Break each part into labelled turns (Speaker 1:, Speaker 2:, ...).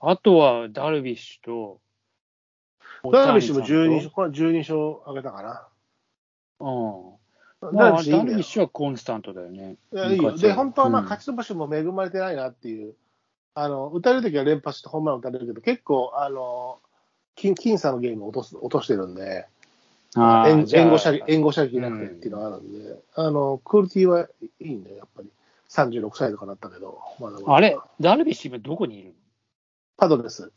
Speaker 1: あとはダルビッシュと、
Speaker 2: ダルビッシュも12
Speaker 1: 12
Speaker 2: 勝、これは12勝上げたかな。
Speaker 1: うん。まあ、
Speaker 2: ダルビッシュいい
Speaker 1: ダル
Speaker 2: んだ
Speaker 1: ビ
Speaker 2: よ
Speaker 1: ッシュはコンスタントだよね。
Speaker 2: いやいいよ
Speaker 1: 昔は
Speaker 2: で、本当はまあ
Speaker 1: うん
Speaker 2: 勝ち星も恵まれてないなっていう、あの打たれるときは連発してホームラン打たれるけど、結構、あの僅僅差のゲームを落とす落としてるんで、
Speaker 1: あー
Speaker 2: 援
Speaker 1: じゃあ
Speaker 2: 援護射撃援護射撃なくてっていうのがあるんで、あのクオリティはいいんだよ、やっぱり。36歳とかなったけど、まだまだ
Speaker 1: あれ、ダルビッシュ今どこにいるの
Speaker 2: パドレス、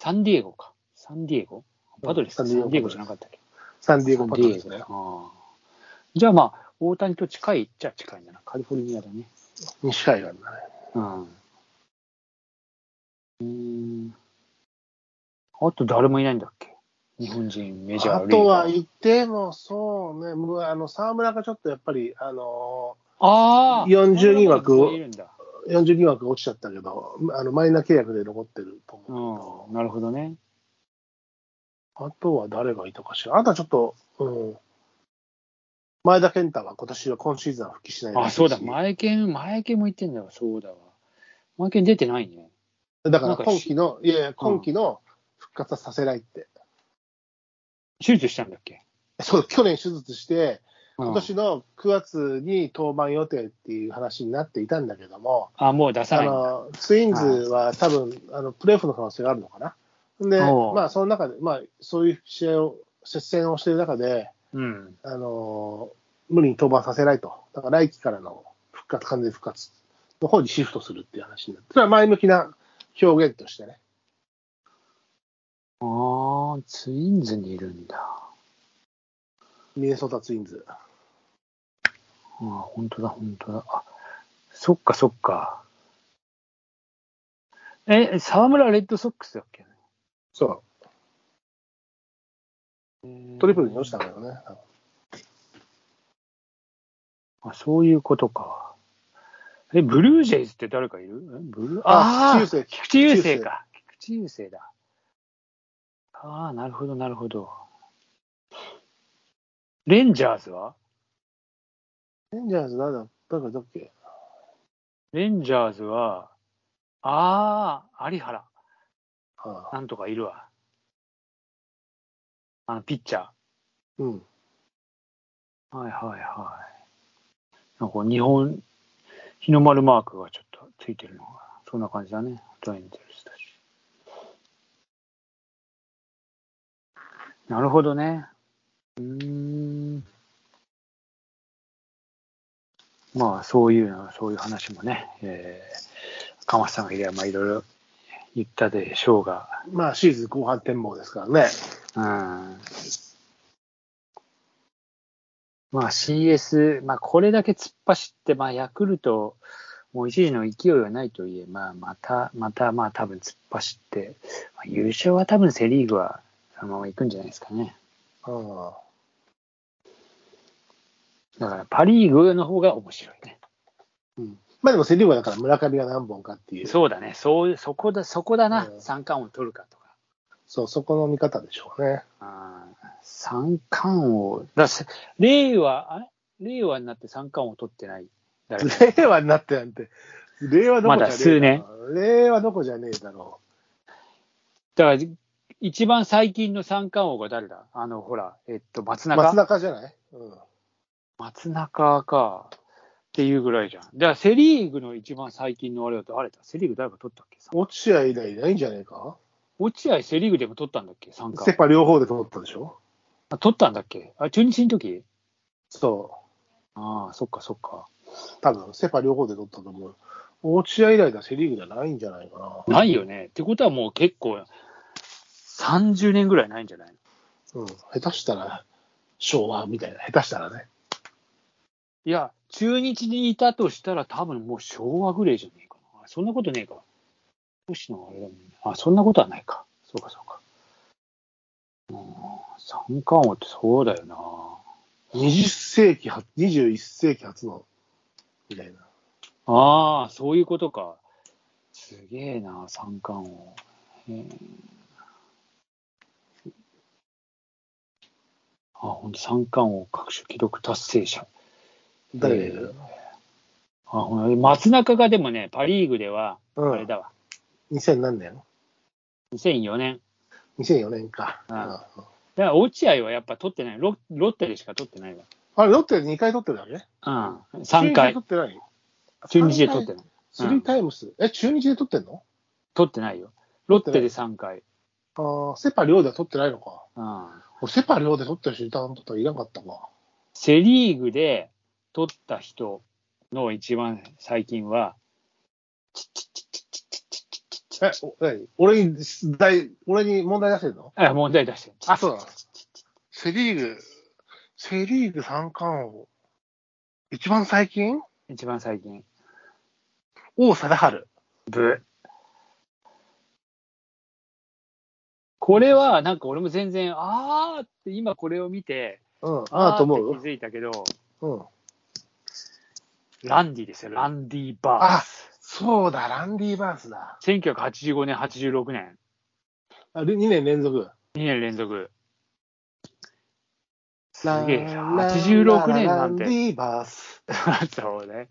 Speaker 1: サンディエゴか。サンディエゴパドレス、
Speaker 2: サ
Speaker 1: サン
Speaker 2: ンデ
Speaker 1: デ
Speaker 2: ィエゴ
Speaker 1: ィエゴじゃなかったっけ
Speaker 2: サンディエゴ・パドレス
Speaker 1: サンディエ
Speaker 2: ね。
Speaker 1: ゴあーじゃあまあ、大谷と近いっちゃ近いんだな。カリフォルニアだね。
Speaker 2: 西海岸だね。
Speaker 1: うん。うーん。あと誰もいないんだっけ日本人、メジャー
Speaker 2: あ
Speaker 1: リーガー
Speaker 2: とは言っても、そうね、むあの沢村がちょっとやっぱり、あの
Speaker 1: ああ
Speaker 2: 42枠を
Speaker 1: いるんだ。
Speaker 2: 42枠落ちちゃったけど、あのマイナー契約で残ってると思うけど。
Speaker 1: うん。なるほどね。
Speaker 2: あとは誰がいたかしら。あとはちょっと、うん。前田健太は今年は今シーズンは復帰しない
Speaker 1: あ、
Speaker 2: らしいし
Speaker 1: そうだ。前剣、前剣も言ってんだよ。そうだわ。前剣出てないね。
Speaker 2: だ
Speaker 1: な
Speaker 2: から
Speaker 1: んか
Speaker 2: 今期の、いやいや、今期の復活はさせないって。
Speaker 1: 手術したんだっけ
Speaker 2: そう、去年手術し
Speaker 1: う
Speaker 2: て、
Speaker 1: ん
Speaker 2: 今年の9月に登板予定っていう話になっていたんだけども、
Speaker 1: あ、もう出さ
Speaker 2: あ
Speaker 1: ないんだ。
Speaker 2: の、ツインズは多分、あの、プレーオフの可能性があるのかな。で、
Speaker 1: おう
Speaker 2: まあ、その中で、まあ、そういう試合を、接戦をしている中で、
Speaker 1: うん。
Speaker 2: あのー無理に登板させないと。だから来期からの復活、完全復活の方にシフトするっていう話になって、それは前向きな表現としてね。
Speaker 1: ああ、ツインズにいるんだ。あ
Speaker 2: ミネソタツインズ。
Speaker 1: あ、本当だ、本当だ。あ、そっか、そっか。え、沢村レッドソックスだっけ
Speaker 2: そトリプルに落ちたんだよね。
Speaker 1: あ、そういうことか。え、ブルージェイズって誰かいるえブルー
Speaker 2: あ
Speaker 1: あ
Speaker 2: ー
Speaker 1: あ、
Speaker 2: 菊池
Speaker 1: 菊池雄
Speaker 2: 雄星
Speaker 1: 星か。菊池雄星だ。ああ、なるほど、なるほど。レンジャーズは
Speaker 2: レンジャーズ誰だ誰かだっけ
Speaker 1: レンジャーズは、ああ、有原。
Speaker 2: ああ
Speaker 1: なんとかいるわ。あの、ピッチャ
Speaker 2: うん。
Speaker 1: ー。はいはいはい。なんかこう日本、日の丸マークがちょっとついてるのが、そんな感じだね。ジャイアンツだし。なるほどね。うーん。まあ、そういうの、そういう話もね、えー、鎌田さんがいれば、まあ、いろいろ言ったでしょうが、
Speaker 2: まあ、シーズン後半展望ですからね。
Speaker 1: うんまあ CS、まあこれだけ突っ走って、まあヤクルト、もう一時の勢いはないといえ、まあまた、またまあ多分突っ走って、まあ、優勝は多分セリーグはそのまま行くんじゃないですかね。
Speaker 2: うん。
Speaker 1: だからパリーグの方が面白いね。
Speaker 2: まあでもセリーグはだから村上が何本かっていう、
Speaker 1: そうだね。そう、そこだ、そこだな
Speaker 2: う。ん
Speaker 1: 三冠を取るかとか。
Speaker 2: そう、そこの見方でしょ うね。
Speaker 1: あー三冠王、だし、令和、あれ令和になって三冠王取ってない。誰か
Speaker 2: 令和になってなんて、令和どこじゃねえだろう
Speaker 1: まだ数年。
Speaker 2: 令和どこじゃねえだろ
Speaker 1: だから、一番最近の三冠王が誰だあの、ほら、えっと、松
Speaker 2: う。
Speaker 1: 中。
Speaker 2: 松
Speaker 1: 松中
Speaker 2: 中じゃないうん。
Speaker 1: か。っていうぐらいじゃん。じゃあ、セ・リーグの一番最近のあれだと、あれだ、セ・リーグ誰か取ったっけ
Speaker 2: 落合以来いないんじゃねえか
Speaker 1: 落合、セ・リーグでも取ったんだっけ三
Speaker 2: セ・
Speaker 1: 冠
Speaker 2: パ両方で取ったでしょ
Speaker 1: あ取ったんだっけあ、中日の時
Speaker 2: そ
Speaker 1: ああ、そっかそっか。
Speaker 2: う。多分、セ・パ両方で取ったと思う。落合以来だ、セ・リーグじゃないんじゃないかな。
Speaker 1: ないよね。ってことはもう結構、30年ぐらいないんじゃないの
Speaker 2: うん。下手したら、昭和みたいな。下手したらね。
Speaker 1: いや、中日にいたとしたら多分もう昭和ぐらいじゃねえかな。そんなことねえか。星野はあれだもんね。あ、そんなことはないか。そうかそうか。うん、三冠王ってそうだよな。
Speaker 2: 20世紀初、21世紀初の、みたいな。
Speaker 1: ああ、そういうことか。すげえな、三冠王。へえあ、ほんと三冠王各種記録達成者。
Speaker 2: 誰がいる、
Speaker 1: あ、ほんと松中がでもね、パ・リーグでは、
Speaker 2: う
Speaker 1: あれ
Speaker 2: ん。
Speaker 1: だわ。
Speaker 2: 2000何年
Speaker 1: 2004年。
Speaker 2: 2004年か。
Speaker 1: うん
Speaker 2: うん
Speaker 1: だから落合はやっぱ取ってない。ロロッテでしか取ってないわ。
Speaker 2: あれ、ロッテで2回取ってるだけ
Speaker 1: うん。3回。
Speaker 2: 中日で取っ
Speaker 1: 中日
Speaker 2: てない
Speaker 1: で取ってない。
Speaker 2: スリータイムス。え、中日で取ってんの
Speaker 1: 取ってないよ。ロッテ
Speaker 2: 取
Speaker 1: で3回。
Speaker 2: ああ、セパ両では取ってないのか。
Speaker 1: うん。
Speaker 2: 俺、セパ両で取ってる人いたのといなかったか。
Speaker 1: セ・リーグで取った人の一番最近は、
Speaker 2: え、お何俺に、大、俺に問題出せるの
Speaker 1: あ、問題出してる。
Speaker 2: あそうなのセリーグ、セリーグ三冠王。一番最近
Speaker 1: 一番最近。
Speaker 2: 王貞治。
Speaker 1: ブ。これは、なんか俺も全然、あーって今これを見て、
Speaker 2: うん、ああと思
Speaker 1: ー
Speaker 2: う
Speaker 1: って。気づいたけど、
Speaker 2: うん。
Speaker 1: ランディですよ、ランディ・バー
Speaker 2: あ
Speaker 1: ス。
Speaker 2: そうだ、ランディ・バースだ。
Speaker 1: 1985年、86年、
Speaker 2: あ2年連続。
Speaker 1: 2年連続。 す
Speaker 2: ラン
Speaker 1: げえ、86年なん
Speaker 2: ラン
Speaker 1: て。
Speaker 2: ディ・バース。
Speaker 1: そうね。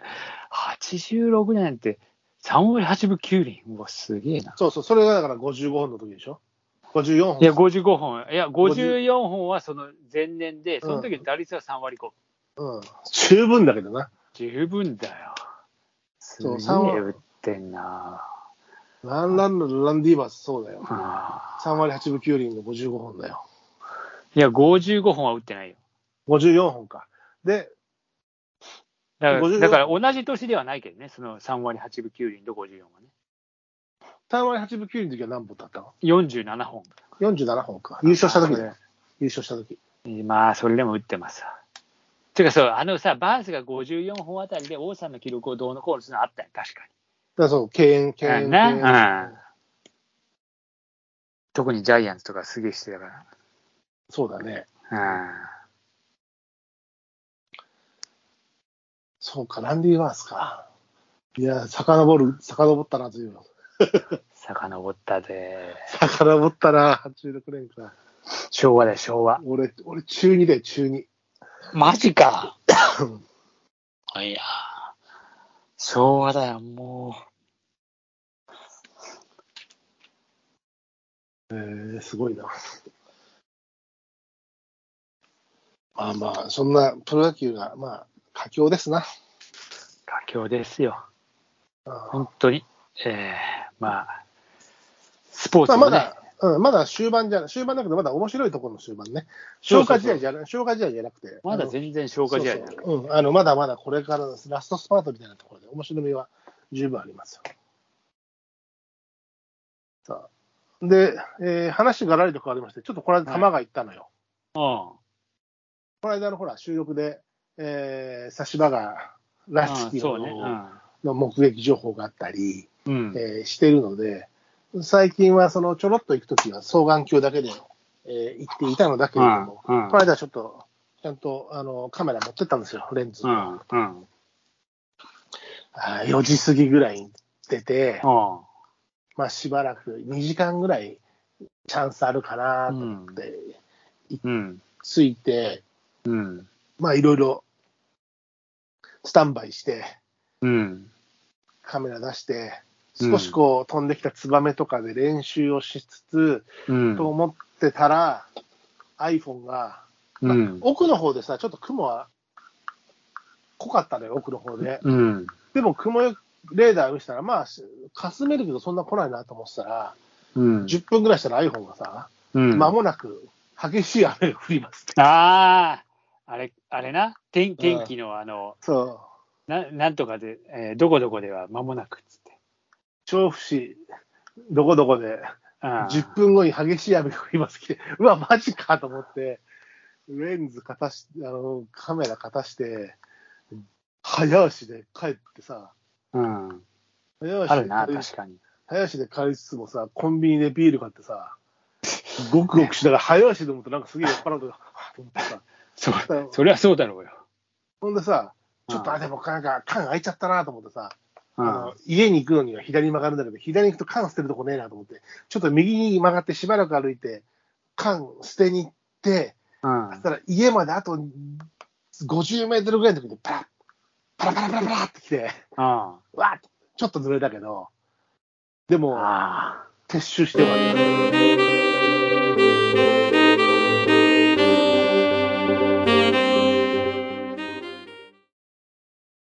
Speaker 1: 86年って、3割8分9厘。うわ、すげえな。
Speaker 2: そうそう、それがだから55本の時でしょ ?54 本。
Speaker 1: いや、55本。いや、54本はその前年で、
Speaker 2: ん
Speaker 1: その時の打率は3割5。
Speaker 2: うん。十分だけどな。
Speaker 1: 十分だよ。すげえ
Speaker 2: そう三割
Speaker 1: 打ってんな
Speaker 2: ランランのランディーバース、そうだよ。
Speaker 1: あ
Speaker 2: 3割8分9厘の55本だよ。
Speaker 1: ーいや、55本は打ってないよ。
Speaker 2: 54本か。で、
Speaker 1: だから、
Speaker 2: 55
Speaker 1: だから同じ年ではないけどね、その3割8分9厘と54はね。
Speaker 2: 3割8分9厘の時は何本だったの
Speaker 1: 47本。
Speaker 2: ?47 本か。優勝した時
Speaker 1: そ
Speaker 2: だよ。優勝した時。
Speaker 1: れまあ、それでも打ってますわ。てかそう、あのさ、バースが54本あたりで王さんの記録をどうのこうのするのあったよ、確かに。
Speaker 2: だからそう、敬遠、敬
Speaker 1: う
Speaker 2: 遠。
Speaker 1: ん
Speaker 2: 敬
Speaker 1: な
Speaker 2: 遠
Speaker 1: うん特にジャイアンツとかすげえしてたか
Speaker 2: そうだね。
Speaker 1: ら。
Speaker 2: そうか、ランディーバースか。いや、遡る、遡ったな、ずいぶん。
Speaker 1: さかのぼったぜ。
Speaker 2: 遡ったな、86年か。
Speaker 1: 昭和だよ、昭和。
Speaker 2: 俺、俺、中2だよ、中2。
Speaker 1: マジか。いやー、昭和だよ、も
Speaker 2: えー、すごいな。まあまあ、そんなプロ野球が、まあ、佳境ですな。
Speaker 1: う、佳境ですよ。
Speaker 2: うん
Speaker 1: 本当に。えー、まあ、スポー
Speaker 2: ま
Speaker 1: ツ
Speaker 2: あ、
Speaker 1: も
Speaker 2: ま
Speaker 1: ね、
Speaker 2: だ、うん、まだ終盤じゃ、終盤だけど、まだ面白いところの終盤ね。
Speaker 1: そうそうそう
Speaker 2: 消化試合じゃな、消化試合じゃなくて。
Speaker 1: まだ全然消
Speaker 2: 消
Speaker 1: 化
Speaker 2: 化
Speaker 1: 試
Speaker 2: 試
Speaker 1: 合
Speaker 2: 合
Speaker 1: じゃない。
Speaker 2: うん、あの、まだまだこれからですラストスパートみたいなところで、面白みは十分ありますよ。さあ。で、えー話がらりと変わりまして、ちょっとこの間、
Speaker 1: はい
Speaker 2: 玉が行ったのよ。
Speaker 1: うん
Speaker 2: この間のほら、収録で、えー、差し場が、ラス
Speaker 1: う
Speaker 2: キ
Speaker 1: ん。
Speaker 2: ー
Speaker 1: そ
Speaker 2: の,、
Speaker 1: うね。う
Speaker 2: の目撃情報があったり、
Speaker 1: ん。うん。
Speaker 2: えーしているので、最近はそのちょろっと行くときは双眼鏡だけで、えー行っていたのだけれども、
Speaker 1: うんうん
Speaker 2: この間はちょっと、ちゃんとあのカメラ持ってったんですよ、レンズ。
Speaker 1: うん。うん。
Speaker 2: あー4時過ぎぐらいに出て、
Speaker 1: うん。
Speaker 2: まあ、しばらく2時間ぐらいチャンスあるかなと思って、
Speaker 1: うん。
Speaker 2: 着いて、
Speaker 1: うん。
Speaker 2: まあいろいろスタンバイして、
Speaker 1: うん。
Speaker 2: カメラ出して、
Speaker 1: うん
Speaker 2: 少しこう飛んできたツバメとかで練習をしつつ、
Speaker 1: うん。
Speaker 2: と思ってたら、iPhone が、まあ
Speaker 1: うん。
Speaker 2: 奥の方でさ、ちょっと雲は濃かったのよ、奥の方で。
Speaker 1: うん。
Speaker 2: でも雲よレーダー見せたら、まあ、かすめるけどそんな来ないなと思ってたら、
Speaker 1: うん。
Speaker 2: 10分ぐらいしたら iPhone がさ、
Speaker 1: うん。
Speaker 2: 間もなく激しい雨が降りますって。
Speaker 1: ああ、あれ、あれな、天天気のあの、
Speaker 2: そう。
Speaker 1: ななんとかで、えーどこどこでは間もなくっつって。
Speaker 2: 調布市、どこどこで、
Speaker 1: あー
Speaker 2: 10分後に激しい雨が降りますって、 うわ、マジかと思って、レンズかたし、あの、カメラかたして、早足で帰ってさ、
Speaker 1: うん、
Speaker 2: 早
Speaker 1: あ
Speaker 2: 足
Speaker 1: る
Speaker 2: で
Speaker 1: な、
Speaker 2: 帰り
Speaker 1: 確かに。
Speaker 2: 早足で帰りつつもさ、コンビニでビール買ってさ、ごくごくしながら早足で飲むとなんかすげえ酔っ払うとか、はぁと思ってさ、
Speaker 1: そそりゃそうだろうよ。
Speaker 2: ほんでさ、ちょっと
Speaker 1: うん
Speaker 2: あ、でもなんか缶開いちゃったなと思ってさ、
Speaker 1: う
Speaker 2: あ
Speaker 1: ん
Speaker 2: の家に行くのには左に曲がるんだけど、左に行くと缶捨てるとこねえなと思って、ちょっと右に曲がってしばらく歩いて、缶捨てに行って、
Speaker 1: うん
Speaker 2: そしたら家まであと50メートルぐらいの時にパラッ、パラパラパラパラって来て、
Speaker 1: あ
Speaker 2: わーっとちょっと濡れたけど、でも、
Speaker 1: あ
Speaker 2: 撤収してはあります。